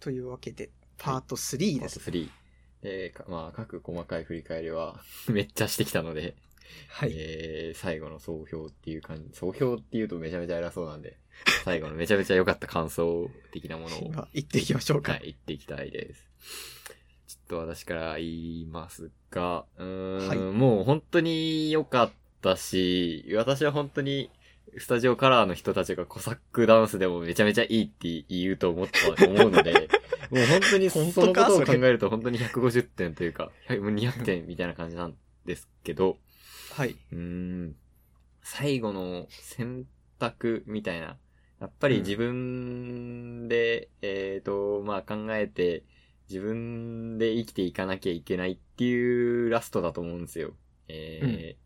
というわけで、パート3パでートす。 3。えーかまあ、各細かい振り返りは めっちゃしてきたので、はい。えー最後の総評っていう感じ、総評っていうとめちゃめちゃ偉そうなんで、最後のめちゃめちゃ良かった感想的なものを、まあ、行っていきましょうか。はい、言っていきたいです。ちょっと私から言いますが、うーん、はいもう本当に良かったし、私は本当に、スタジオカラーの人たちがコサックダンスでもめちゃめちゃいいって言うと思った、思うので、 もう本当にその本こ当かとを考そえれると本当に150点というか、はいもう200点みたいな感じなんですけど、はい。うーん最後の選択みたいな。やっぱり自分で、えっ、と、まあ考えて、自分で生きていかなきゃいけないっていうラストだと思うんですよ。え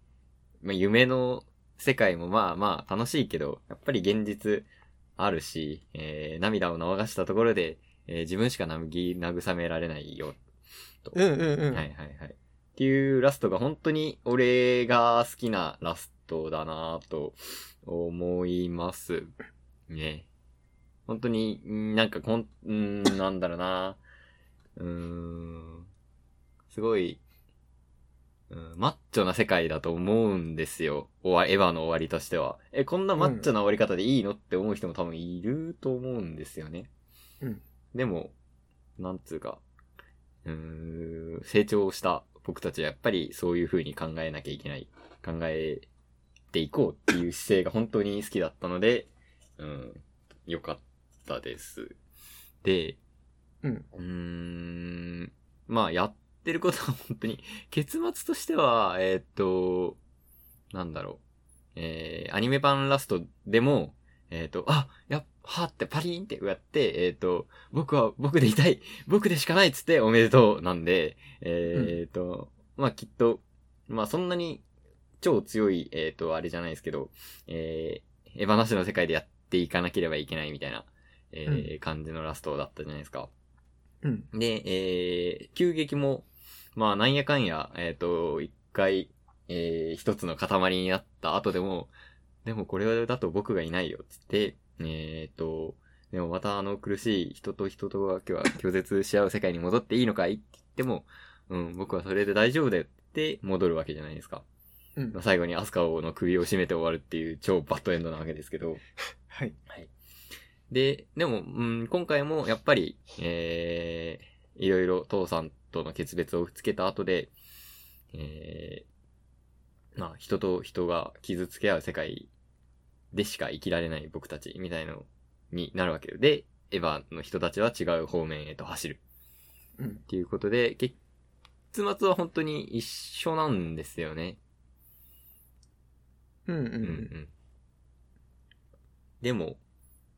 ーまあ夢の世界もまあまあ楽しいけど、やっぱり現実あるし、えー涙を流したところで、えー自分しかなぎ慰められないよ、と。うんうんうん。はいはいはい。っていうラストが本当に俺が好きなラストだなぁと思います。ね。本当に、んなんかこん、んなんだろうなうーん。すごい、うん、マッチョな世界だと思うんですよ。おわエヴァの終わりとしては。え、こんなマッチョな終わり方でいいのって思う人も多分いると思うんですよね。うん。でも、なんつうか、うーん、成長した僕たちはやっぱりそういう風に考えなきゃいけない。考えていこうっていう姿勢が本当に好きだったので、うん、良かったです。で、うん。うーん、まあやってることは本当に、 結末としては、えーっと、なんだろう。えー、アニメ版ラストでも、えーっと、あ、やっ、はってパリーンってやって、えーっと、僕は僕でいたい僕でしかないっつっておめでとうなんで、えーっと、まあきっと、まあそんなに超強い、えーっと、あれじゃないですけど、えー、エヴァなしの世界でやっていかなければいけないみたいな、えー感じのラストだったじゃないですか。うん。で、えー、急激も、まあ、なんやかんや、えっ、と、一回、えー、一つの塊になった後でも、でもこれだと僕がいないよ、つって、えっ、と、でもまたあの苦しい人と人とが今日は拒絶し合う世界に戻っていいのかいって言っても、うん、僕はそれで大丈夫だよって戻るわけじゃないですか。うんまあ。最後にアスカの首を絞めて終わるっていう超バッドエンドなわけですけど。はい。で、でも、うん、今回もやっぱり、えー、いろいろ父さんとの決別をつけた後で、えー、まあ、人と人が傷つけ合う世界でしか生きられない僕たちみたいのになるわけで、エヴァの人たちは違う方面へと走るうん。っていうことで、結末は本当に一緒なんですよね。うんうんう。うんうんんでも、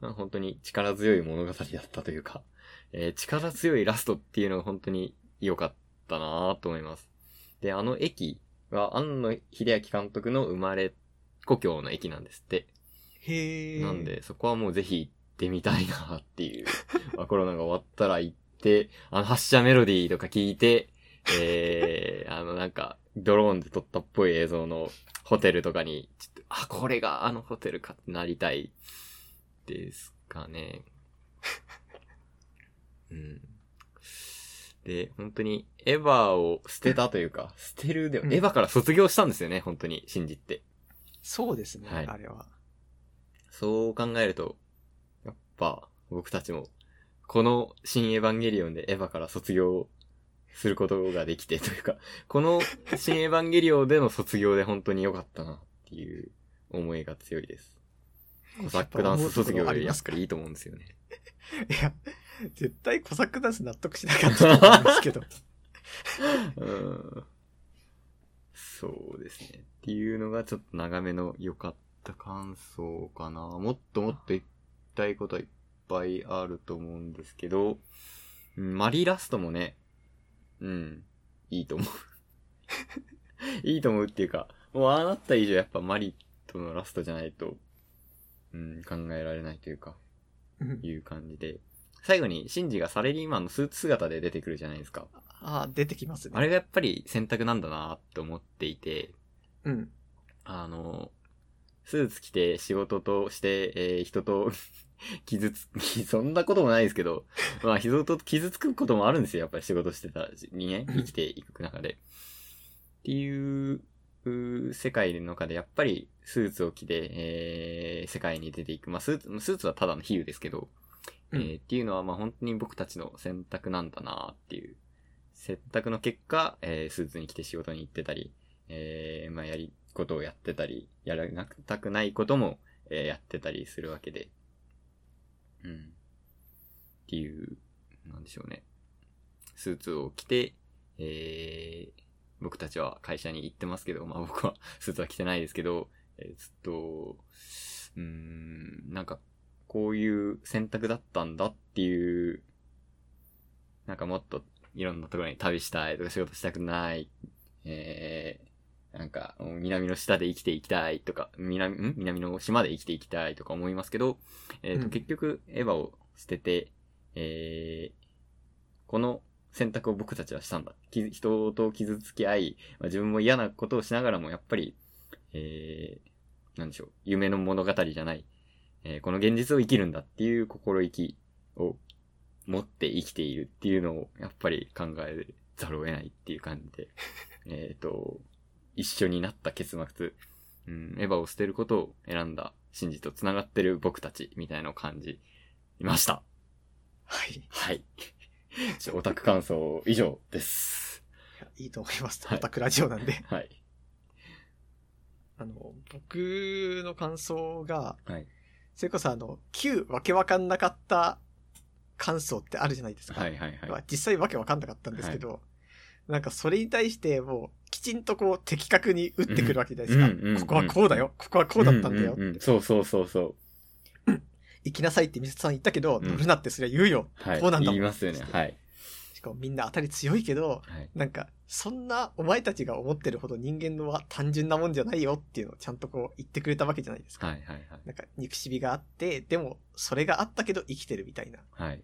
まあ、本当に力強い物語だったというか、 えー力強いラストっていうのが本当に良かったなぁと思います。で、あの駅は庵野秀明監督の生まれ故郷の駅なんですって。へえ。なん。で、そこはもうぜひ行ってみたいなっていう。 まあ、コロナが終わったら行って、あの発車メロディーとか聞いて、え ー、あのなんか、ドローンで撮ったっぽい映像のホテルとかに、ちょっと、あ、これがあのホテルかってなりたいですか ね。うん。で、本当に、エヴァを捨てたというか、捨てるでは、うんエヴァから卒業したんですよね、本当に、信じて。そうですね、はいあれは。そう考えると、やっぱ僕たちも、この新エヴァンゲリオンでエヴァから卒業することができてというか、 この新エヴァンゲリオンでの卒業で本当に良かったなっていう思いが強いです。コサックダンス卒業よりやっぱりいいと思うんですよね。いや、絶対コサックダンス納得しなかったと思うんです けど。うんそうですね。っていうのがちょっと長めの良かった感想かな。もっともっと言いたいことはいっぱいあると思うんですけど、うんマリラストもね、うん、 いいと思う。いいと思うっていうか、もうああなった以上やっぱマリとのラストじゃないと、うん、考えられないというか、うんいう感じで。最後に、シンジがサレリーマンのスーツ姿で出てくるじゃないですか。ああ、出てきますね。あれがやっぱり選択なんだなって思っていて、うん。あの、スーツ着て仕事として、えー人と 傷つ、 そんなこともないですけど、まあ、傷と、傷つくこともあるんですよ、やっぱり仕事してたし、にね、生きていく中で。っていう、う世界の中で、やっぱり、スーツを着て、えー、世界に出ていく。まあ、スーツ、スーツはただの比喩ですけど、うんえーっていうのは、まあ、本当に僕たちの選択なんだなっていう。選択の結果、えースーツに着て仕事に行ってたり、えーまあ、やり、ことをやってたり、やらなくたくないことも、えーやってたりするわけで。うん。っていう、なんでしょうね。スーツを着て、えー僕たちは会社に行ってますけど、まあ僕はスーツは着てないですけど、えーずっと、うーん、なんか、こういう選択だったんだっていう、なんかもっといろんなところに旅したいとか仕事したくない、えー、なんか、南の下で生きていきたいとか、南、ん南の島で生きていきたいとか思いますけど、えっ、と、うん結局、エヴァを捨てて、えー、この選択を僕たちはしたんだ。き人と傷つき合い、まあ、自分も嫌なことをしながらも、やっぱり、えー、なんでしょう、夢の物語じゃない、えーこの現実を生きるんだっていう心意気を持って生きているっていうのを、やっぱり考えざるを得ないっていう感じ で、えっと、一緒になった結末、うん、エヴァを捨てることを選んだ、シンジと繋がってる僕たちみたいなのを感じました。はい。いはい。 ちょオタク感想以上です。やいいと思います。はいオタクラジオなんで。はい。あの、僕の感想が、はい。それこそあの、旧わけわかんなかった感想ってあるじゃないですか。はいはいまはあい。実際わけわかんなかったんですけど、なんかそれに対してもう、きちんとこう、的確に打ってくるわけじゃないですか。うんうんうんここはこうだよ。ここはこうだったんだよ。うんうんうんそうそうそうそう。行きなさいって水田さん言ったけど、うん乗るなってそれは言うよ。はい。こうなんだもん言いますよね。はい。しかもみんな当たり強いけど、はい。なんか、そんなお前たちが思ってるほど人間のは単純なもんじゃないよっていうのをちゃんとこう言ってくれたわけじゃないですか。はいはいはい。なんか憎しみがあって、でもそれがあったけど生きてるみたいな。はい。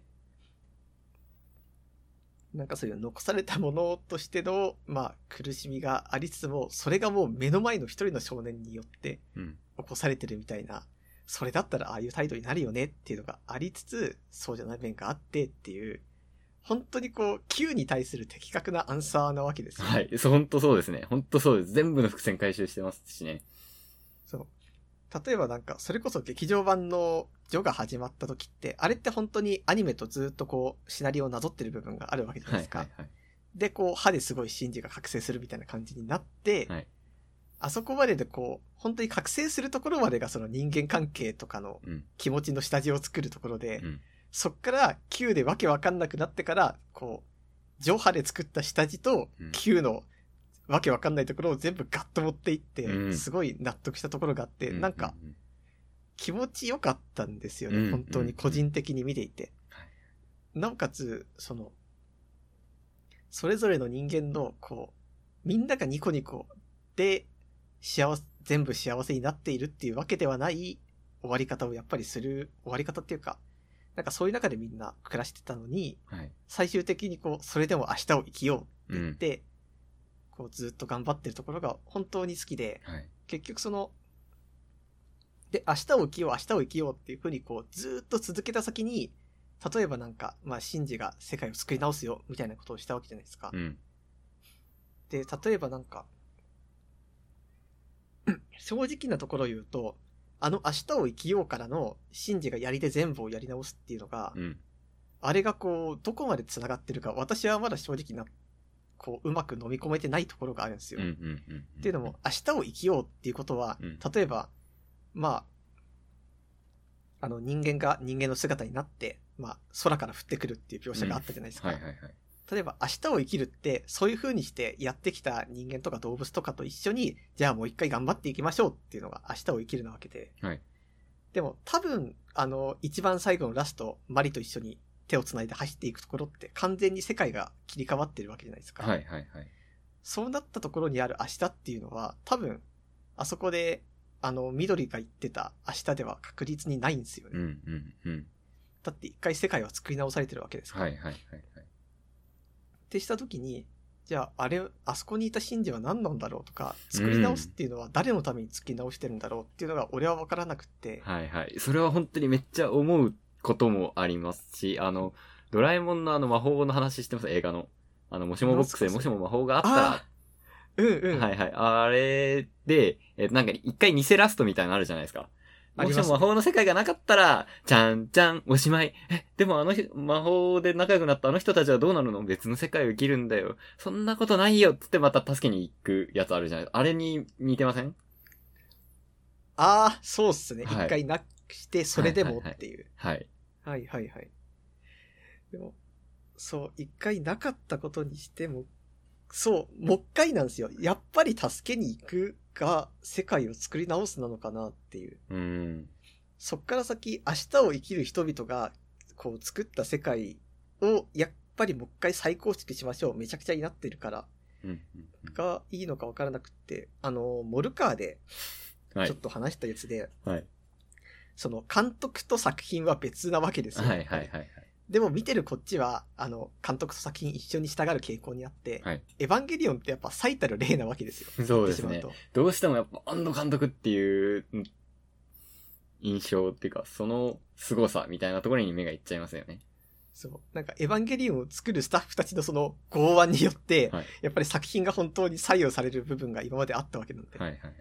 なんかそういう残されたものとしての、まあ苦しみがありつつも、それがもう目の前の一人の少年によってうん。起こされてるみたいな、それだったらああいう態度になるよねっていうのがありつつ、そうじゃない面があってっていう、本当にこう、Q に対する的確なアンサーなわけですよ。はい。そうほんとそうですね。ほんとそうです。全部の伏線回収してますしね。そう。例えばなんか、それこそ劇場版のジョが始まった時って、あれって本当にアニメとずっとこう、シナリオをなぞってる部分があるわけじゃなはいでいすか。はいはい。で、こう、歯ですごいシンジが覚醒するみたいな感じになって、はいあそこまででこう、本当に覚醒するところまでがその人間関係とかのうん。気持ちの下地を作るところで、うんそっから Q でわけわかんなくなってから、こう、上波で作った下地とうん Q のわけわかんないところを全部ガッと持っていって、うんすごい納得したところがあって、なんかうううん気持ちよかったんですよね、うん本当に個人的に見ていて。はいなおかつ、その、それぞれの人間の、こう、みんながニコニコで、幸せ、全部幸せになっているっていうわけではない終わり方をやっぱりする、終わり方っていうか、なんかそういう中でみんな暮らしてたのに、はい。最終的にこう、それでも明日を生きようって言って、こう、ずっと頑張ってるところが本当に好きで、はい。結局その、で、明日を生きよう、明日を生きようっていうふうにこう、ずーっと続けた先に、例えばなんか、まあ、シンジが世界を作り直すよ、みたいなことをしたわけじゃないですか。うん。で、例えばなんか、 正直なところを言うと、あの明日を生きようからの、シンジが槍で全部をやり直すっていうのが、うん。あれがこう、どこまで繋がってるか、私はまだ正直な、こう、うまく飲み込めてないところがあるんですうよ。ん。うん。うん。っていうのも、明日を生きようっていうことは、うん例えば、まあ、あの人間が人間の姿になって、まあ、空から降ってくるっていう描写があったじゃないですか。はいはいはい。例えば、明日を生きるって、そういう風にしてやってきた人間とか動物とかと一緒に、じゃあもう一回頑張っていきましょうっていうのが明日を生きるなわけで。はいでも、多分、あの、一番最後のラスト、マリと一緒に手を繋いで走っていくところって、完全に世界が切り替わってるわけじゃないですか。はいはいはい。そうなったところにある明日っていうのは、多分、あそこで、あの、緑が言ってた明日では確実にないんですよね。うん。うん。うん。だって一回世界は作り直されてるわけですから。はいはいはいはい。ってした時に、じゃあ、あれ、あそこにいたシンジは何なんだろうとか、作り直すっていうのは誰のために作り直してるんだろうっていうのが俺は分からなくって、はいはい。それは本当にめっちゃ思うこともありますし、あの、ドラえもんのあの魔法の話してます、映画の。あの、もしもボックスでなんもしすかそれも魔法があったあうんうん。ら、はいはい。あれで、えっと、なんか一回偽ラストみたいなのあるじゃないですか。あもりしますねも魔法の世界がなかったら、じゃんじゃん、おしまい。え、でもあの人、魔法で仲良くなったあの人たちはどうなるの別の世界を生きるんだよ。そんなことないよっつってまた助けに行くやつあるじゃないあれに似てませんああ、そうっすね。一、はい回なくして、それでもっていう。はい。はいはいはい。でも、そう、一回なかったことにしても、そう、もう一回なんですよ。やっぱり助けに行くが、世界を作り直すなのかなっていう。うん。そっから先、明日を生きる人々が、こう、作った世界を、やっぱりもう一回再構築しましょう。めちゃくちゃになってるから、うんうんがいいのかわからなくって、あの、モルカーで、うん。はちょいっ。と話したやつで、はい。その、監督と作品は別なわけですはよ。いはいはいはい。でも見てるこっちは、あの、監督と作品一緒に従う傾向にあって、はいエヴァンゲリオンってやっぱ最たる例なわけですよ。 そうです言っねてし。まうどうしてもやっぱ安野監督っていううん印象っていうか、その凄さみたいなところに目がいっちゃいますよね。とそう。なんか、エヴァンゲリオンを作るスタッフたちのその剛腕によって、はいやっぱり作品が本当に左右される部分が今まであったわけなんで。はいはい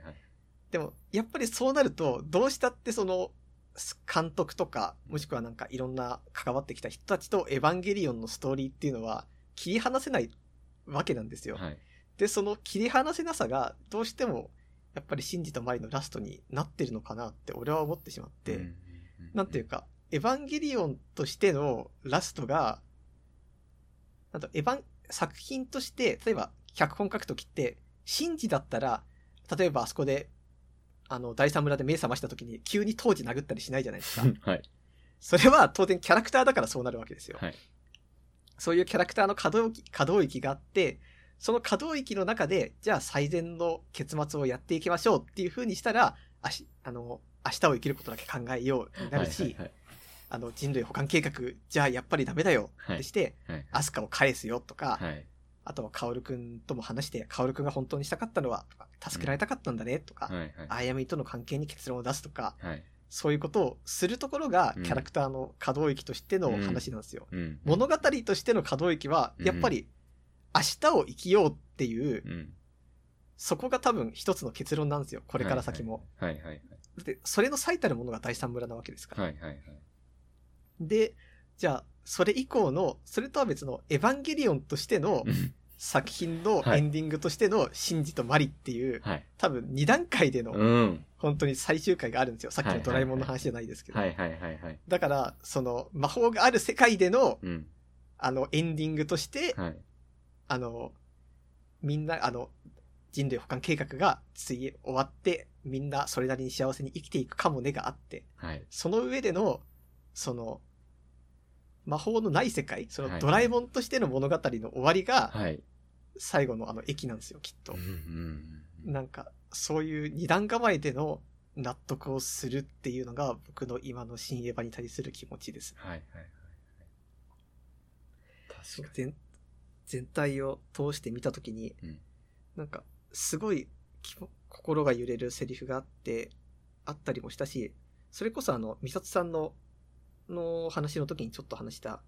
でも、やっぱりそうなると、どうしたってその、監督とか、もしくはなんかいろんな関わってきた人たちとエヴァンゲリオンのストーリーっていうのは切り離せないわけなんですよ。はい。はい。で、その切り離せなさが、どうしても、やっぱりシンジとマリのラストになってるのかなって俺は思ってしまって、うんうんうんなんていうか、エヴァンゲリオンとしてのラストが、なんと、エヴァン、作品として、例えば、脚本書くときって、シンジだったら、例えばあそこで、あの、第三村で目覚ましたときに、急に当時殴ったりしないじゃないで すか。はい。それは当然キャラクターだからそうなるわけですよ。はい。そういうキャラクターの可動域可動域があって、その可動域の中で、じゃあ最善の結末をやっていきましょうっていう風にしたら、あし、あの、明日を生きることだけ考えようになるし、はいはいはいあの、人類保管計画、じゃあやっぱりダメだよはいってして、はいアスカを返すよとか、はい。あとはカオルくんとも話して、カオルくんが本当にしたかったのは、とか助けられたかったんだねとか、はいはい。あやみとの関係に結論を出すとか、はい。そういうことをするところがうんキャラクターの可動域としての話なんですよ。うん。物語としての可動域は、やっぱり、明日を生きようっていう、うん。そこが多分一つの結論なんですよ。これから先も。はいはいはい。だって、それの最たるものが第三村なわけですから。はいはいはい。で、じゃあ、それ以降の、それとは別の、エヴァンゲリオンとしてのうん作品のはいエンディングとしての、シンジとマリっていう、はい。多分2段階での、うん。本当に最終回があるんですよ。さっきのドラえもんの話じゃないですけどは。いはいはいはい。だから、その、魔法がある世界での、うん。あの、エンディングとして、はい。あの、みんな、あの、人類保管計画がつい終わって、みんなそれなりに幸せに生きていくかもねがあって、はい。その上での、その、魔法のない世界、そはのいドラえもんとしての物語の終わりが、はい。最後のあの駅なんですよ、きっうとん。うんなんか、そういう二段構えでの納得をするっていうのが、僕の今の新エヴァに対する気持ちです。はいはいはい。確か全全体を通して見たときに、うんなんかすごいきも心が揺れるセリフがあってあったりもしたしそれこそあの美里さんのの話の時にちょっと話した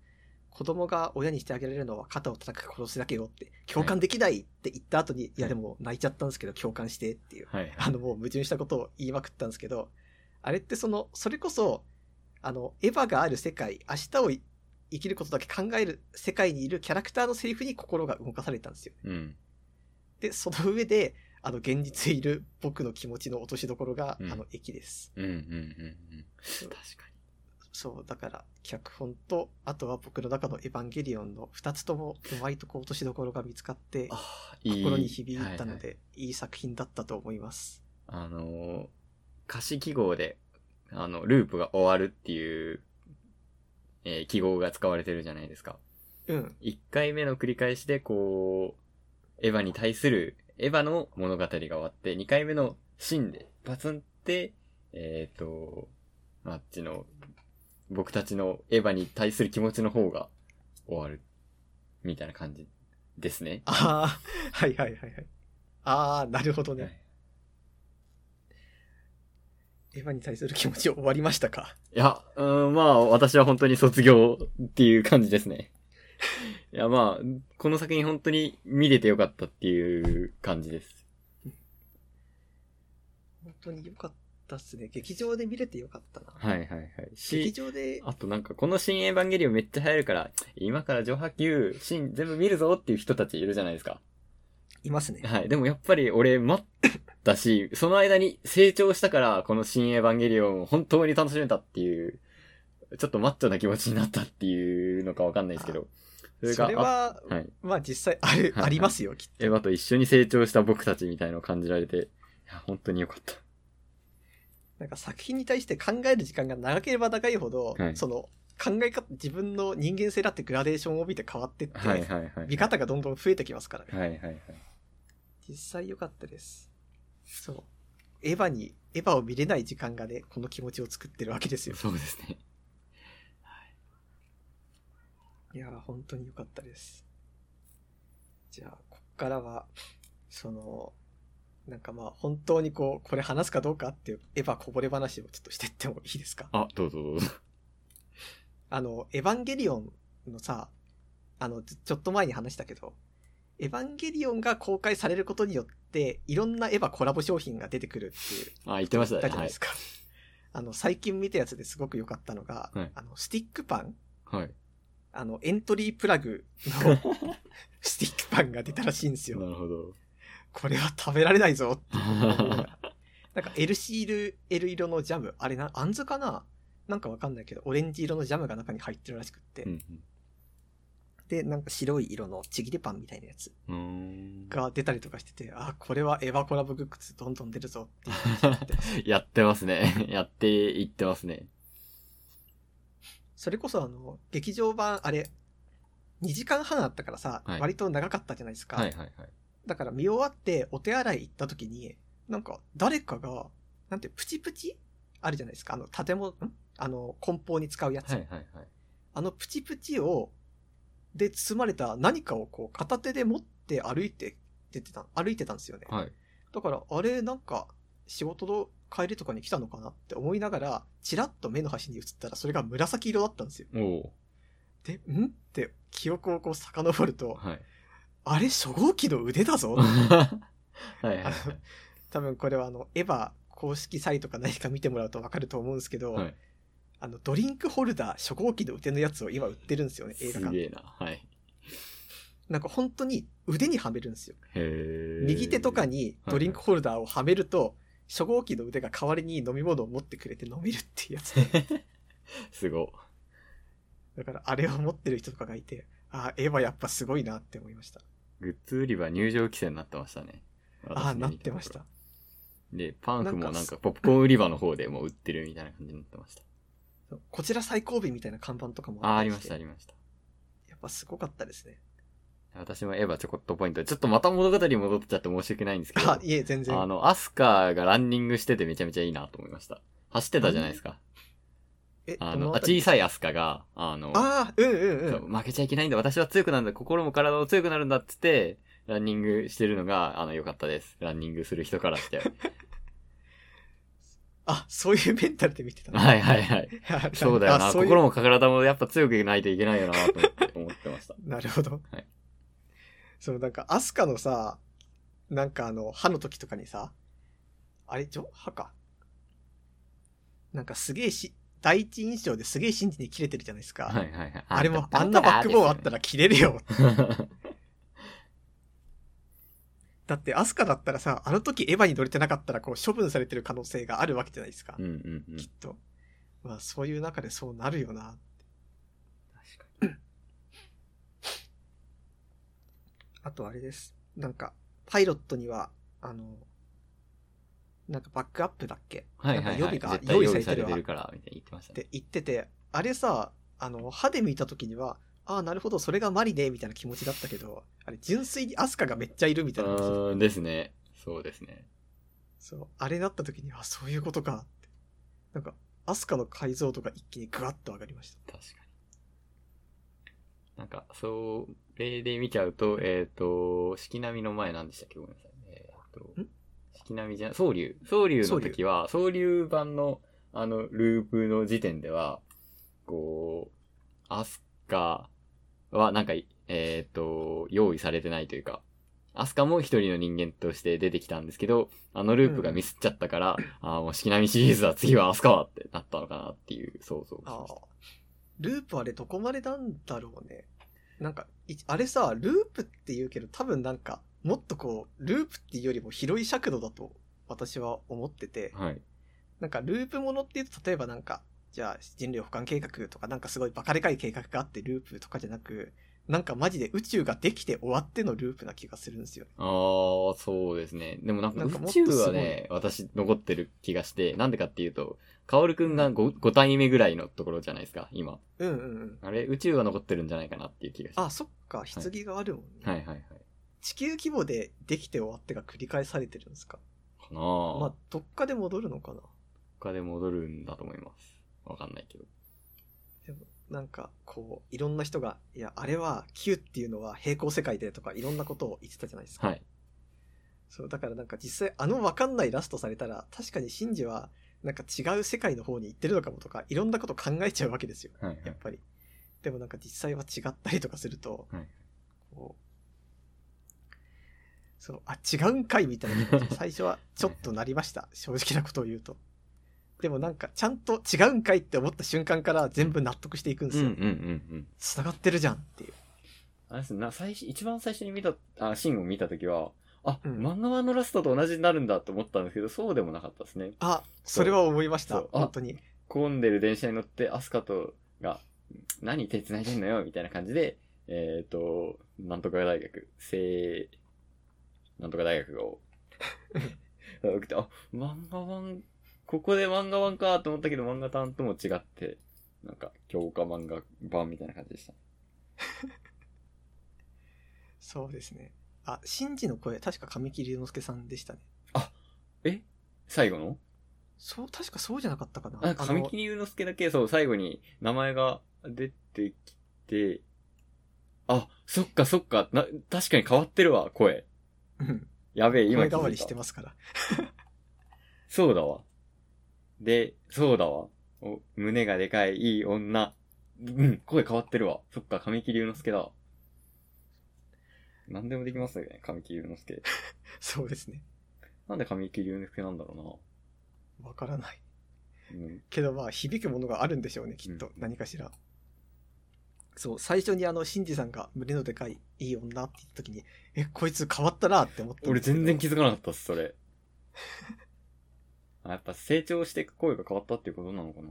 子供が親にしてあげられるのは肩を叩く殺すだけよって共感できないって言った後に、い、やでも泣いちゃったんですけど共感してっていうに。はいはあのもう矛盾したことを言いまくったんですけど、あれってその、それこそ、あの、エヴァがある世界、明日をい生きることだけ考える世界にいるキャラクターのセリフに心が動かされたんですよ。い。うん。で、その上で、あの、現実いる僕の気持ちの落としどころが、うんあの、駅です。うんうんうんうん。確かそう、だから、脚本と、あとは僕の中のエヴァンゲリオンの二つとも、うまいとこ落としどころが見つかってに。、ああ、心に響いたのはで、いい作品だったと思います。いはいあのー歌詞記号で、あの、ループが終わるっていう、えー記号が使われてるじゃないですか。うん。 1回目の繰り返しで、こう、エヴァに対する、エヴァの物語が終わって、2回目のシーンで、パツンって、えっ、と、あっちの、僕たちのエヴァに対する気持ちの方が終わる、みたいな感じですね。ああ、はいはいはいはい。ああ、なるほどはいね。エヴァに対する気持ち終わりましたかいや、うん、まあ、私は本当に卒業っていう感じですね。いや、まあ、この作品本当に見れてよかったっていう感じです。本当に良かったっすね。劇場で見れて良かったな。はいはいはい。し、劇場で、あとなんか、この新エヴァンゲリオンめっちゃ流行るから、今から上波級、新全部見るぞっていう人たちいるじゃないですか。いますね。はい。でもやっぱり俺待ったし、 その間に成長したから、この新エヴァンゲリオンを本当に楽しめたっていう、ちょっとマッチョな気持ちになったっていうのかわかんないですけど。それがあは、はい。まあ実際ある、はいありますよ、きっエヴァと一緒に成長した僕たちみたいのを感じられて、いや、本当に良かった。と。なんか作品に対して考える時間が長ければ長いほど、はいその考え方、自分の人間性だってグラデーションを帯びて変わってって、はいはいはい。見方がどんどん増えてきますからね。はいはいはい。実際良かったです。そう。エヴァに、エヴァを見れない時間がね、この気持ちを作ってるわけですよ。そうですね。いやー、本当に良かったです。じゃあ、こっからは、その、なんかまあ、本当にこう、これ話すかどうかっていう、エヴァこぼれ話をちょっとしてってもいいですかあ、どうぞどうぞ。あの、エヴァンゲリオンのさ、あの、ちょちょっと前に話したけど、エヴァンゲリオンが公開されることによって、いろんなエヴァコラボ商品が出てくるっていう、あ、言ってましただね。じゃなはいいで。すか。あの、最近見たやつですごく良かったのが、はいあの、スティックパンはい。あの、エントリープラグの スティックパンが出たらしいんですなよ。るほど。これは食べられないぞ。 はなんか、L シール、L 色のジャム、あれな、あんずかななんかわかんないけど、オレンジ色のジャムが中に入ってるらしくって。い。で、なんか白い色のちぎれパンみたいなやつうん。が出たりとかしてて、あ、これはエヴァコラボグッズどんどん出るぞっていう。 やってますね。 やっていってますね。それこそあの、劇場版、あれ、2時間半あったからさ、はい割と長かったじゃないですか。はいはいはい。だから見終わってお手洗い行った時に、なんか誰かが、なんてプチプチあるじゃないですか。あの建物、んあの梱包に使うやつ。はいはいはい。あのプチプチを、で包まれた何かをこう片手で持って歩いて、出てた、歩いてたんですよね。はい。だから、あれ、なんか、仕事の帰りとかに来たのかなって思いながら、チラッと目の端に映ったら、それが紫色だったんですよ。おおで、んって記憶をこう遡ると、はい。あれ、初号機の腕だぞはいはいあはの多分これはあの、エヴァ公式サイトか何か見てもらうとわかると思うんですけど、い。はい。あの、ドリンクホルダー初号機の腕のやつを今売ってるんですよね、映画すげ館。えな。はい。なんか本当に腕にはめるんですよ。へえ。右手とか。にドリンクホルダーをはめると、初号機の腕が代わりに飲み物を持ってくれて飲めるっていうやつ。 すご。だからあれを持ってる人とかがいて、あーエヴァやっぱすごいなって思いました。グッズ売り場入場規制になってましたね。あ私あ、のなっ見とてころました。。で、パンフもななんんかかポップコーン売り場の方でもう売ってるみたいな感じになってました。そうこちら最後尾みたいな看板とかもああ、あったりりまししてた、ありました。やっぱすごかったですね。私もエヴァちょこっとポイント。ちょっとまた物語に戻っちゃって申し訳ないんですけど。あ、いえ、全然。あの、アスカがランニングしててめちゃめちゃいいなと思いました。走ってたじゃないですか。え、あどの、あ辺り小さいアスカが、あの、ああ、うんうんうそん。う負けちゃいけないんだ、私は強くなるんだ、心も体も強くなるんだっつって、ランニングしてるのが、あの、良かったです。ランニングする人から して。あ、そういうメンタルで見てたの。はいはいはい。 あそうだよあな。そういう心も体もやっぱ強くいないといけないよなと思って思ってました。なるほど。はいそのなんか、アスカのさ、なんかあの、歯の時とかにさ、あれ、ちょ、歯か。なんかすげえし、第一印象ですげえ信じに切れてるじゃないですか。はいはいはい。あれも、あんなバックボーンあったら切れるよ。ら。だって、アスカだったらさ、あの時エヴァに乗れてなかったら、こう、処分されてる可能性があるわけじゃないですか。うんうんうん。きっと。まあ、そういう中でそうなるよな。あとあれです。なんか、パイロットには、あの、なんかバックアップだっけはいはい、はい。なんか予備が絶対用用意意さされれててるわるから、みたいに言ってましったね。て言ってて、あれさ、あの、歯で見た時には、ああ、なるほど、それがマリね、みたいな気持ちだったけど、あれ、純粋にアスカがめっちゃいるみたいな気持ち。うん、ですね。そうですね。そう、あれだった時に、あ、そういうことかって。なんか、アスカの解像度が一気にグワッと上がりました。確かなんか、それで見ちゃうと、えっ、と、四季並みの前なんでしたっけごめんなさい。えっ、とん、四季並みじゃ、総流。総流の時は、総流版の、あの、ループの時点では、こう、アスカは、なんか、えっ、と、用意されてないというか、アスカも一人の人間として出てきたんですけど、あのループがミスっちゃったから、あーもう四季並みシリーズは次はアスカはってなったのかなっていう想像をしまあした。あ。ループあれどこまでなんだろうね。なんか、いあれさ、ループって言うけど多分なんか、もっとこう、ループっていうよりも広い尺度だと私は思ってて、はい。なんかループものっていうと例えばなんか、じゃあ人類保管計画とかなんかすごいバカでかい計画があってループとかじゃなく、なんかマジで宇宙ができて終わってのループな気がするんですよね。ああ、そうですね。でもなんかなんかもっ宇と宙はね、私残ってる気がして、なんでかっていうと、カオルくんが 5, 5体目ぐらいのところじゃないですか、今。うんうんうん。あれ、宇宙は残ってるんじゃないかなっていう気がして。あ、そっか、棺があるもんね。はいはいはい。地球規模でできて終わってが繰り返されてるんですか。かなぁ。まあ、どっかで戻るのかな。他で戻るんだと思います。わかんないけど。でもなんかこういろんな人が「いやあれは Q っていうのは平行世界で」とかいろんなことを言ってたじゃないですか、はい。そうだからなんか実際あの分かんないラストされたら確かにシンジはなんか違う世界の方に行ってるのかもとかいろんなこと考えちゃうわけですよはい、はやっい。ぱりでもなんか実際は違ったりとかすると、はいこうそうあ違うんかいみたいな気 持ちに最初はちょっとなりました正直なことを言うとでもなんかちゃんと違うんかいって思った瞬間から全部納得していくんでうんすうんよ、うんうん。繋がってるじゃんっていう。あれですね、な、最初、一番最初に見た、あ、シーンを見たときは、あ、うん漫画版のラストと同じになるんだと思ったんですけど、そうでもなかったですね。あ、それは思いました。そうあ本当に。混んでる電車に乗って、アスカとが、何手繋いでんのよ、みたいな感じで、えっ、と、なんとか大学、せなんとか大学を、 送って、あ、漫画版、ここで漫画版かと思ったけど、漫画版とも違って、なんか、強化漫画版みたいな感じでした。そうですね。あ、シンジの声、確か神木隆之介さんでしたね。え最後のそう、確かそうじゃなかったかな。あ、あ神の木隆之介だけ、そう、最後に名前が出てきて、あ、そっかそっか、な、確かに変わってるわ、声。うんやべえ、今声気づいた変わりしてますから。そうだわ。で、そうだわ。お胸がでかい、いい女。うん、声変わってるわ。そっか、神木隆之介だわ。何でもできますよね、神木隆之介。そうですね。なんで神木隆之介なんだろわからない。うな。うん。けどまあ、響くものがあるんでしょうね、きっとう。ん何かしら。そう、最初にあの、シンジさんが胸のでかい、いい女って言った時に、え、こいつ変わったなって思ったん俺ですけど。全然気づかなかったっす、それ。あやっぱ成長していく声が変わったっていうことなのかな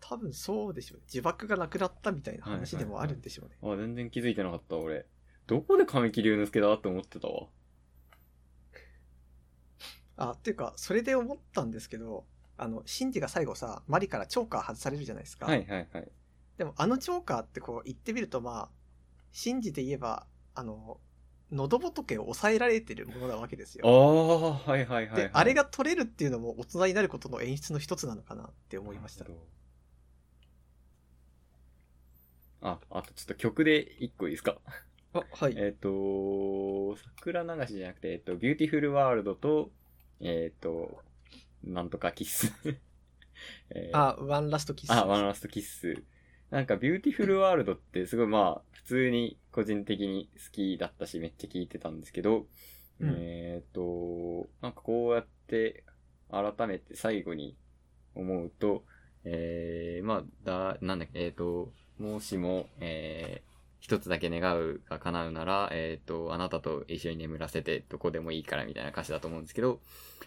多分そうでしょう、ね。呪縛がなくなったみたいな話でもあるんでしょうね。あ、全然気づいてなかった、俺。どこで神木隆之介だって思ってたわ。あ、っていうか、それで思ったんですけど、あの、シンジが最後さ、マリからチョーカー外されるじゃないですか。はいはいはい。でも、あのチョーカーってこう、言ってみるとまあ、シンジで言えば、あの、喉仏を抑えられてるものなわけですあよ。あ、はいはいはい、はい。で、あれが取れるっていうのも大人になることの演出の一つなのかなって思いましたな。るほどあ、あとちょっと曲で一個いいですか。あ、はい。えっと、桜流しじゃなくて、えっと、ビューティフルワールドと、えっと、なんとかキッス。 えーあ、ワンラストキス。あ、ワンラストキッス。なんか、ビューティフルワールドってすごいまあ、普通に個人的に好きだったし、めっちゃ聞いてたんですけど、うんえっ、と、なんかこうやって、改めて最後に思うと、えー、まあ、だ、なんだっけ、えっ、と、もしも、えー、一つだけ願うが叶うなら、えっ、と、あなたと一緒に眠らせて、どこでもいいからみたいな歌詞だと思うんですけど、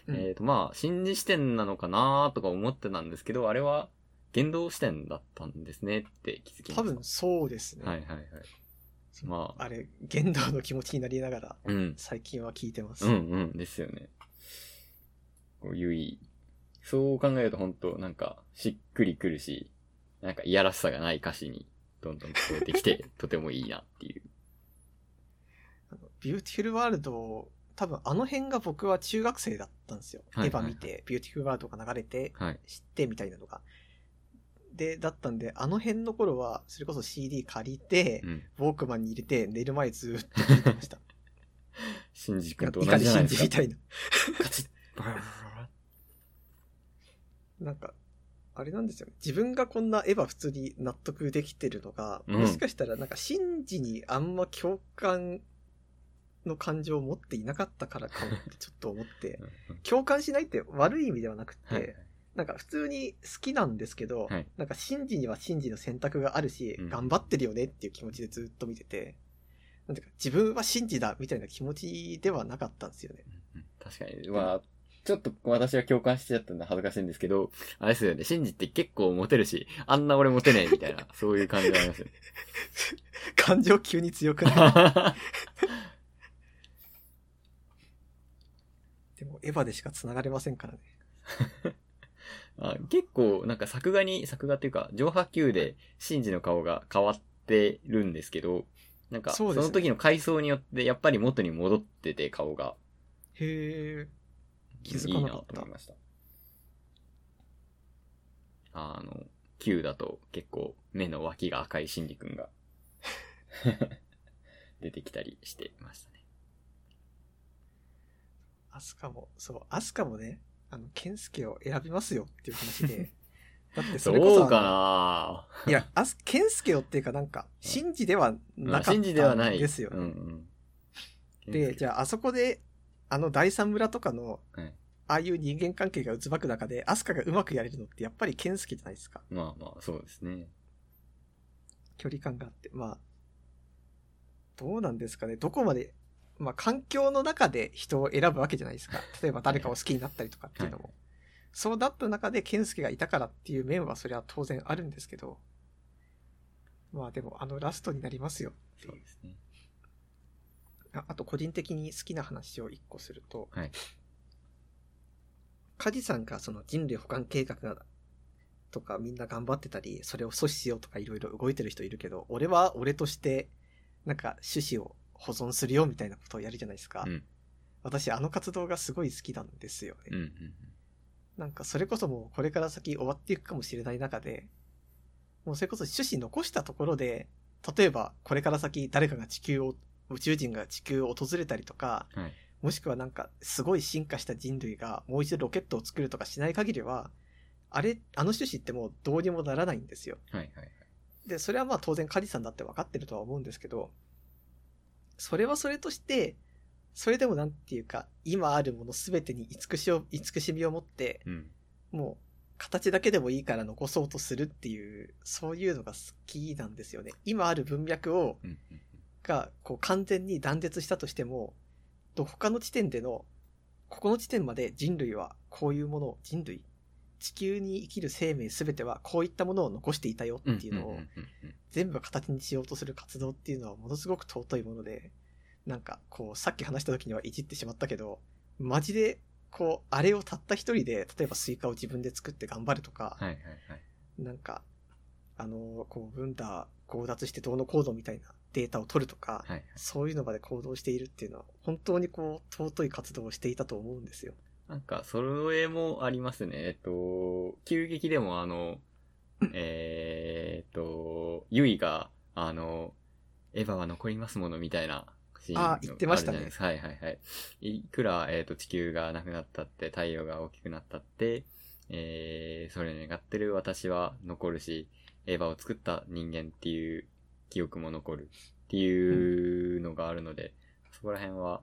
うんえっ、と、まあ、心理視点なのかなとか思ってたんですけど、あれは言動視点だったんですねって気づきました。多分そうですね。はいはいはい。まあ、あれ、玄道の気持ちになりながら、うん。最近は聞いてます。うんうん、ですよね。こう、ゆい。そう考えると本当なんか、しっくりくるし、なんか、いやらしさがない歌詞に、どんどん聞こえてき て、とてもいいなっていう。あのビューティフルワールド、多分あの辺が僕は中学生だったんですよ。はいエヴァ見て、ビューティフルワールドが流れて、はい。知ってみたいなのが。で、だったんで、あの辺の頃は、それこそ CD 借りて、うん。ウォークマンに入れて、寝る前ずーっと聞いて ました。シンジい君やと同じじゃないで碇シすンジみか。たいな。カチッバラバラバラなんか、あれなんですよね。自分がこんなエヴァ普通に納得できてるのが、うんもしかしたらなんか、シンジにあんま共感の感情を持っていなかったからかもってちょっと 思って、共感しないって悪い意味ではなくて、はいはいなんか普通に好きなんですけど、はいなんかシンジにはシンジの選択があるし、うん頑張ってるよねっていう気持ちでずっと見てて、なんていうか自分はシンジだみたいな気持ちではなかったんですよね。うん確かに。まあ、ちょっと私は共感しちゃったんで恥ずかしいんですけど、あれですよね。シンジって結構モテるし、あんな俺モテないみたいな、そういう感じがありますよね。感情急に強くなる。でもエヴァでしか繋がれませんからね。あ結構、なんか作画に、作画っていうか、上波球でシンジの顔が変わってるんですけど、なんか、そうそですねの時の回想によって、やっぱり元に戻ってて顔が、へえ。気づいかいななかっとた思いました。あの、Q だと結構目の脇が赤いシンジ君 が出てきたりしてましたね。アスカも、そう、アスカもね、あの、ケンスケを選びますよっていう 話で。だってそれこそ。そうかあないや、アス、ケンスケをっていうかなんか、シンジではなかまっあたシンジではない。ですよね。うんうん。で、じゃゃあ、あそこで、あの、第三村とかの、はいああいう人間関係が渦巻く中で、アスカがうまくやれるのって、やっぱりケンスケじゃないですか。まあまあ、そうですね。距離感があって。まあ、どうなんですかね。どこまで、まあ、環境の中で人を選ぶわけじゃないですか。例えば誰かを好きになったりとかっていうのも。そうなった中で、ケンスケがいたからっていう面は、それは当然あるんですけど、まあでも、あのラストになりますよ。そうですね。ああと個人的に好きな話を一個すると、はいカジさんがその人類保管計画がとかみんな頑張ってたり、それを阻止しようとかいろいろ動いてる人いるけど、俺は俺としてなんか趣旨を保存するよみたいなことをやるじゃないですか。うん私あの活動がすごい好きなんですよね。うんうんうん。なんかそれこそもうこれから先終わっていくかもしれない中で、もうそれこそ趣旨残したところで、例えばこれから先誰かが地球を、宇宙人が地球を訪れたりとか、はいもしくはなんかすごい進化した人類がもう一度ロケットを作るとかしない限りは、あれ、あの趣旨ってもうどうにもならないんですよ。はいはいはい。で、それはまあ当然カジさんだって分かってるとは思うんですけど、それはそれとして、それでもなんていうか、今あるもの全てに慈しを、慈しみを持って、うん。もう形だけでもいいから残そうとするっていう、そういうのが好きなんですよね。今ある文脈を、うんうんが、こう完全に断絶したとしても、と他の地点での、ここの地点まで人類はこういうものを、人類、地球に生きる生命全てはこういったものを残していたようん。っていうのんをんんうん全部形にしようとする活動っていうのはものすごく尊いもので、なんかこうさっき話した時にはいじってしまったけど、マジでこうあれをたった一人で例えばスイカを自分で作って頑張るとか、はいはいはい。なんかあのこう分断強奪してどうの行動みたいなデータを取るとはか、いはい。そういうの場で行動しているっていうのは本当にこう尊い活動をしていたと思うんですよ。なんか、それもありますね。えっと、急激でもあの、えーっと、ゆいが、あの、エヴァは残りますものみたいなシーンのあー言ってましたねあるじゃないですかはいはいはい。いくら、えーっと、地球がなくなったって、太陽が大きくなったって、えー、それを願ってる私は残るし、エヴァを作った人間っていう記憶も残るっていうのがあるので、そこら辺は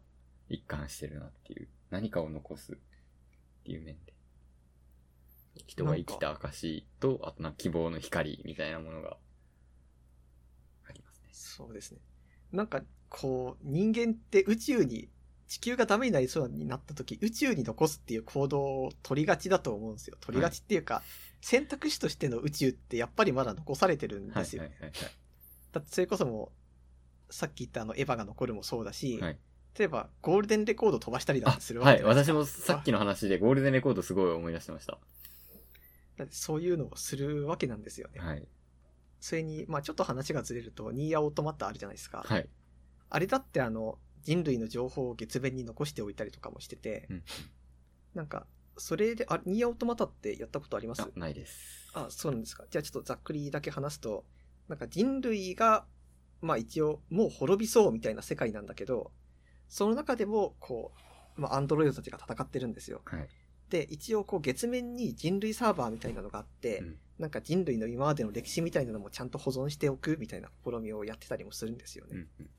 一貫してるなっていう、何かを残すっていう面で。人が生きた証と、あとなんか希望の光みたいなものがありますね。そうですね。なんか、こう、人間って宇宙に、地球がダメになりそうになった時、宇宙に残すっていう行動を取りがちだと思うんですよ。取りがちっていうか、選択肢としての宇宙ってやっぱりまだ残されてるんはいですよ。はいはいだってそれこそもう、さっき言ったあの、エヴァが残るもそうだし、はい。はい、例えばゴールデンレコード飛ばしたりだっあてするわはけい。じゃないで私すか。もさっきの話でゴールデンレコードすごい思い出してました。だってそういうのをするわけなんですよね。はい。それに、まあちょっと話がずれると、ニーヤオートマットあるじゃないですか。はい。あれだってあの、人類の情報を月面に残しておいたりとかもしてて、うんなんか、それで、あ、ニーアオトマタってやったことありますあ、ないです。あ、そうなんですか。じゃあちょっとざっくりだけ話すと、なんか人類が、まあ一応、もう滅びそうみたいな世界なんだけど、その中でも、こう、まあアンドロイドたちが戦ってるんですよ。はい。で、一応こう月面に人類サーバーみたいなのがあって、うんなんか人類の今までの歴史みたいなのもちゃんと保存しておくみたいな試みをやってたりもするんですよね。うんうん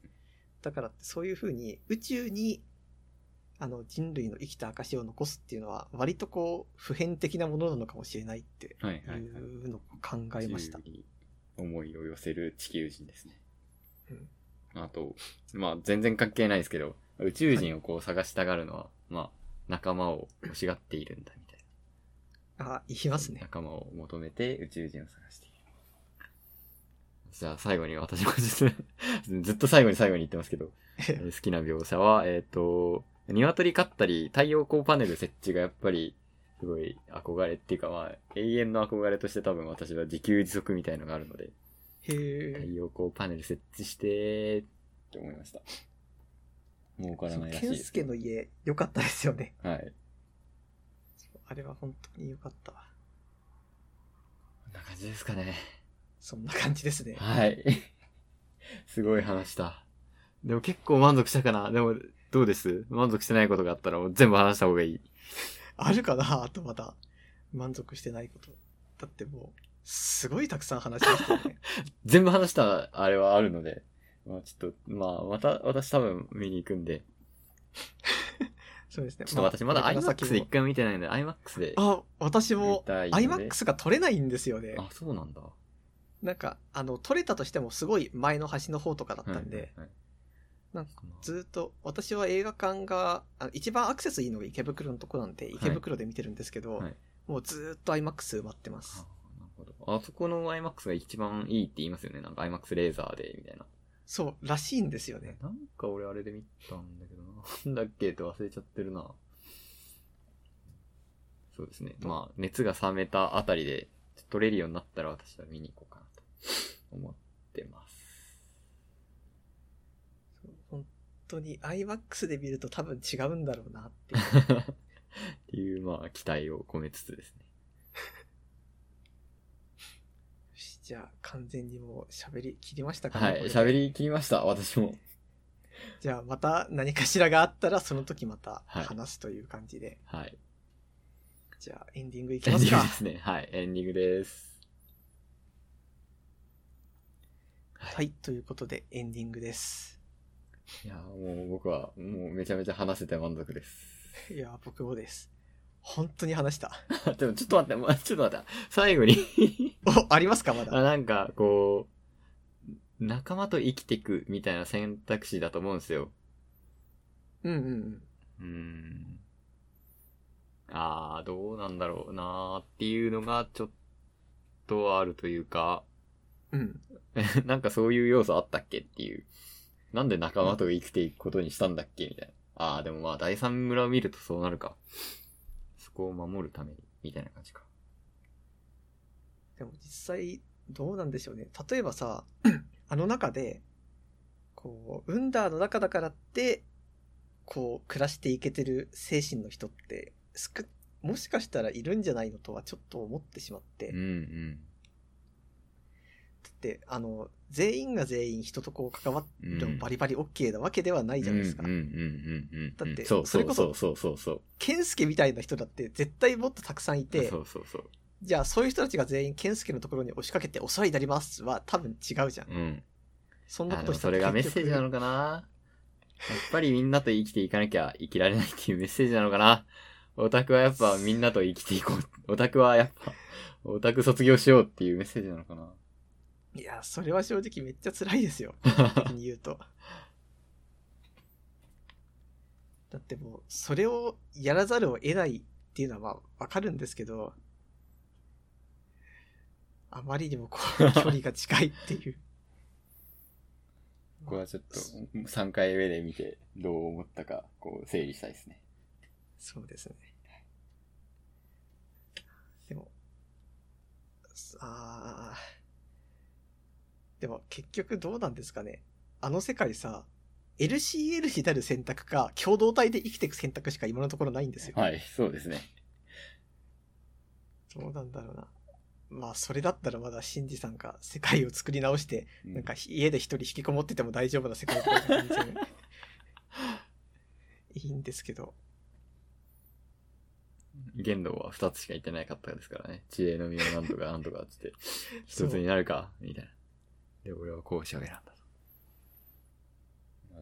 だからそういうふうに宇宙にあの人類の生きた証を残すっていうのは割とこう普遍的なものなのかもしれないってはいはいいはい。うのを考えました。地球に思いを寄せる地球人ですね。うんあと、まあ全然関係ないですけど、宇宙人をこう探したがるのは、まあ仲間を欲しがっているんだみたいあ、言いますな。ね。仲間を求めて宇宙人を探している。じゃあ最後に私も ずっと最後に最後に言ってますけど、えー好きな描写は、えっ、と、鶏飼ったり太陽光パネル設置がやっぱりすごい憧れっていうかまあ永遠の憧れとして多分私は自給自足みたいのがあるので、へ太え。陽光パネル設置してって思いました。儲からないらしい健ですけ介ど。の家良かったですよね。はい。あれは本当に良かったわ。こんな感じですかね。そんな感じですね。はい。 すごい話した。でも結構満足したかなでも、どうです満足してないことがあったらもう全部話した方がいい。あるかなあとまだ満足してないこと。だってもう、すごいたくさん話しましたよ ね。全部話したあれはあるので、まあちょっと、まあまた、私多分見に行くんで、そうですね。ちょっと私まだあこれから iMAX で先一も回見てないんで、iMAX であ、私見もたいので。 iMAX が撮れないんですよね。あ、そうなんだ。なんか、あの、撮れたとしてもすごい前の端の方とかだったんで、はいはいなはいんずっと、私は映画館が、あ一番アクセスいいのが池袋のとこなんで、池袋で見てるんですけど、はいもうずっと IMAX 埋まってまあす。なるほど。あそこの IMAX が一番いいって言いますよね。なんか IMAX レーザーで、みたいな。そう、らしいんですよね。なんか俺あれで見たんだけどな。なんだっけって忘れちゃってるな。そうですね。まあ、熱が冷めたあたりで、撮れるようになったら私は見に行こうかなと思ってます。本当に IMAX で見ると多分違うんだろうなっていう。 っていう、まあ、期待を込めつつですね。よしじゃあ、完全にもう喋り切りましたかねはいこ。れで喋り切りました、私も。じゃあ、また何かしらがあったら、その時またはい話すという感じで。はい。じゃあ、エンディングいきエまンデすィンかグで。すね。はい。エンディングです。はい、ということで、エンディングです。いやー、もう僕は、もうめちゃめちゃ話せて満足です。いや、僕もです。本当に話した。 あ でもちょっと待って、まちょっと待って、最後にお、ありますかまあ、だ。なんか、こう、仲間と生きていくみたいな選択肢だと思うんですよ。うんうんうん。うーん。あー、どうなんだろうなーっていうのがちょっとあるというか、 うん。なんかそういう要素あったっけっていう。なんで仲間と生きていくことにしたんだっけみたいな。あー、でもまあ、第三村を見るとそうなるか。そこを守るために、みたいな感じか。でも実際、どうなんでしょうね。例えばさ、 あの中で、こう、ウンダーの中だからって、こう、暮らしていけてる精神の人って、すく、もしかしたらいるんじゃないのとはちょっと思ってしまって。うんうん。だって、あの、全員が全員人とこう関わってうもんバリバリ OK なわけではないじゃないですかうん。うんうんうんうん。だってそうそそれうこそそうそうそうそう。ケンスケみたいな人だって絶対もっとたくさんいて、そうそうそう。じゃあそういう人たちが全員ケンスケのところに押しかけてお世話になりますは多分違うじゃん。うん。そんなあこでともしたそれがメッセージなのか。かなやっぱりみんなと生きていかなきゃ生きられないっていうメッセージなのかなオタクはやっぱみんなと生きていこう。オタクはやっぱ、オタク卒業しようっていうメッセージなのかないや、それは正直めっちゃ辛いで すよ。的に言うと。だってもう、それをやらざるを得ないっていうのはまあわかるんですけど、あまりにもこう、距離が近いっていう。ここはちょっと3回目で見てどう思ったか、こう整理したいですね。そうですね。でも、ああ、でも結局どうなんですかね。あの世界さ、LCL になる選択か、共同体で生きていく選択しか今のところないんですよ。はい、そうですね。どうなんだろうな。まあ、それだったらまだ、シンジさんが世界を作り直して、うんなんか家で一人引きこもってても大丈夫な世界観が全 然いいんですけど。言動は2つしか言ってないかったですからね。知恵の実はなんとかなんとかっつって、そ一うつになるか、みたいな。で、俺は後者を選んだと。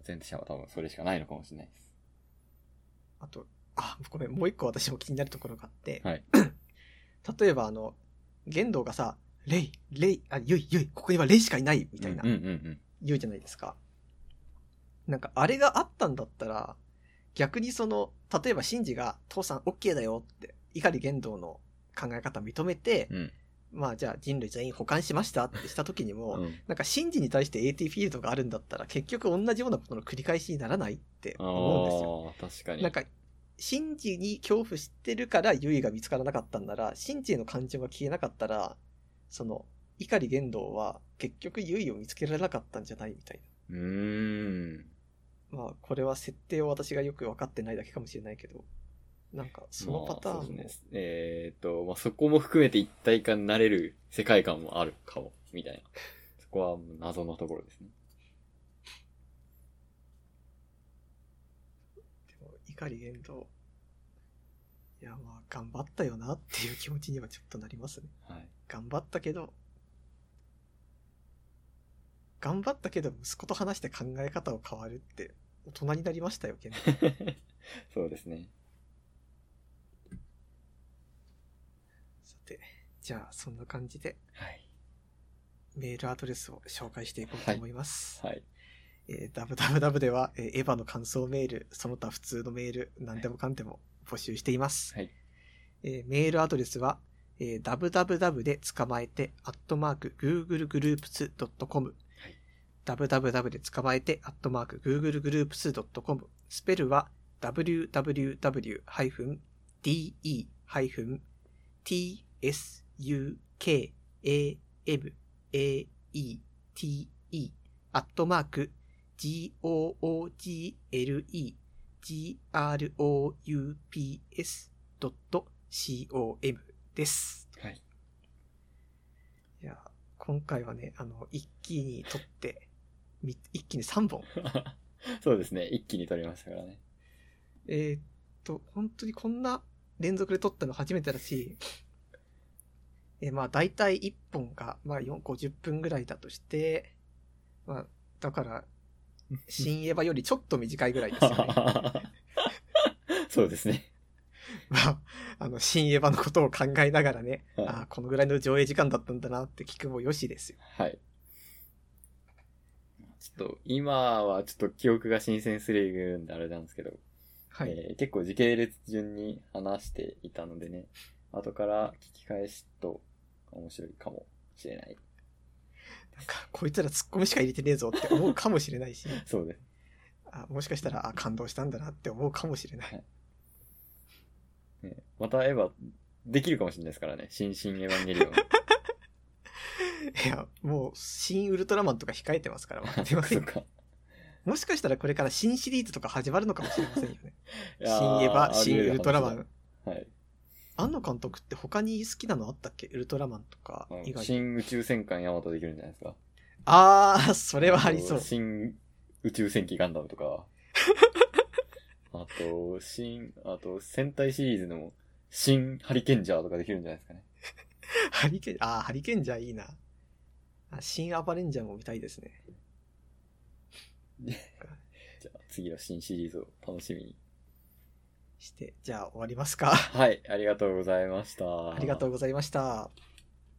前提者は多分それしかないのかもしれないです。あと、あ、ごめん、もう一個私も気になるところがあって、はい。 例えばあの、玄道がさ、レイ、レイ、あ、ユイ、ユイ、ここにはレイしかいないみたいなうん、うんうん言うじゃないですか。なんか、あれがあったんだったら、逆にその、例えばシンジが、父さん OK だよって、碇玄道の考え方認めて、うん。まあじゃあ人類全員保管しましたってした時にも、うん。なんかシンジに対して AT フィールドがあるんだったら、結局同じようなことの繰り返しにならないって思うんですよ。ああ、確かに。なんか、シンジに恐怖してるからユイが見つからなかったんなら、シンジへの感情が消えなかったら、その、碇玄道は結局ユイを見つけられなかったんじゃないみたいうーん。な。まあ、これは設定を私がよく分かってないだけかもしれないけど、なんか、そのパターンまあも、そうですね。えーっと、まあ、そこも含めて一体感になれる世界観もあるかも、みたいな。そこは謎のところですね。でも碇玄道、いや、まあ、頑張ったよなっていう気持ちにはちょっとなりますね。はい。 頑張ったけど、頑張ったけど息子と話して考え方を変わるって大人になりましたよ、健太そうですね。さて、じゃあそんな感じではい。メールアドレスを紹介していこうと思います。はい。えー、ダブダブダブでは、えーエヴァの感想メール、その他普通のメール、何でもかんでも募集しています。はいえーメールアドレスは、えー、ダブダブダブで捕まえて、アットマーク、googlegroups.com い。ダブダブダブで捕まえて、アットマーク、googlegroups.com。スペルは、www-de-tsukamate アットマーク googlegroups.com です。はい。 いや、今回はね、あの、一気に取って、み一気に3本。 そうですね。一気に撮りましたからね。えーっと、本当にこんな連続で撮ったの初めてだし、えーまあ大体1本が、まあ4、50分ぐらいだとして、まあ、だから、新エヴァよりちょっと短いぐらいです よね。そうですね。まあ、あの、新エヴァのことを考えながらね、はいああ、このぐらいの上映時間だったんだなって聞くもよしですよ。はい。ちょっと、今はちょっと記憶が新鮮すぎるんであれなんですけど、はい。えー結構時系列順に話していたのでね、後から聞き返すと面白いかもしれない。なんか、こいつらツッコミしか入れてねえぞって思うかもしれないし、そうです。あもしかしたら、あ感動したんだなって思うかもしれない。ね、またエヴァ、できるかもしれないですからね。新進エヴァンゲリオン。いや、もう、新ウルトラマンとか控えて ますから、わかりま せ。そうんか。もしかしたらこれから新シリーズとか始まるのかもしれませんよね。い新やーエヴあァ、り新得るウルトラマ話ン。だはい。庵野監督って他に好きなのあったっけウルトラマンとかあの以外に。新宇宙戦艦ヤマトできるんじゃないですか。あー、それはありそうと。新宇宙戦記ガンダムと か。あと、新、あと、戦隊シリーズの新ハリケンジャーとかできるんじゃないですかね。ハリケン、あー、ハリケンジャーいいな。あ新アバレンジャーも見たいですね。じゃあ、次の新シリーズを楽しみに。して、じゃあ終わりますか。はい、ありがとうございました。ありがとうございました。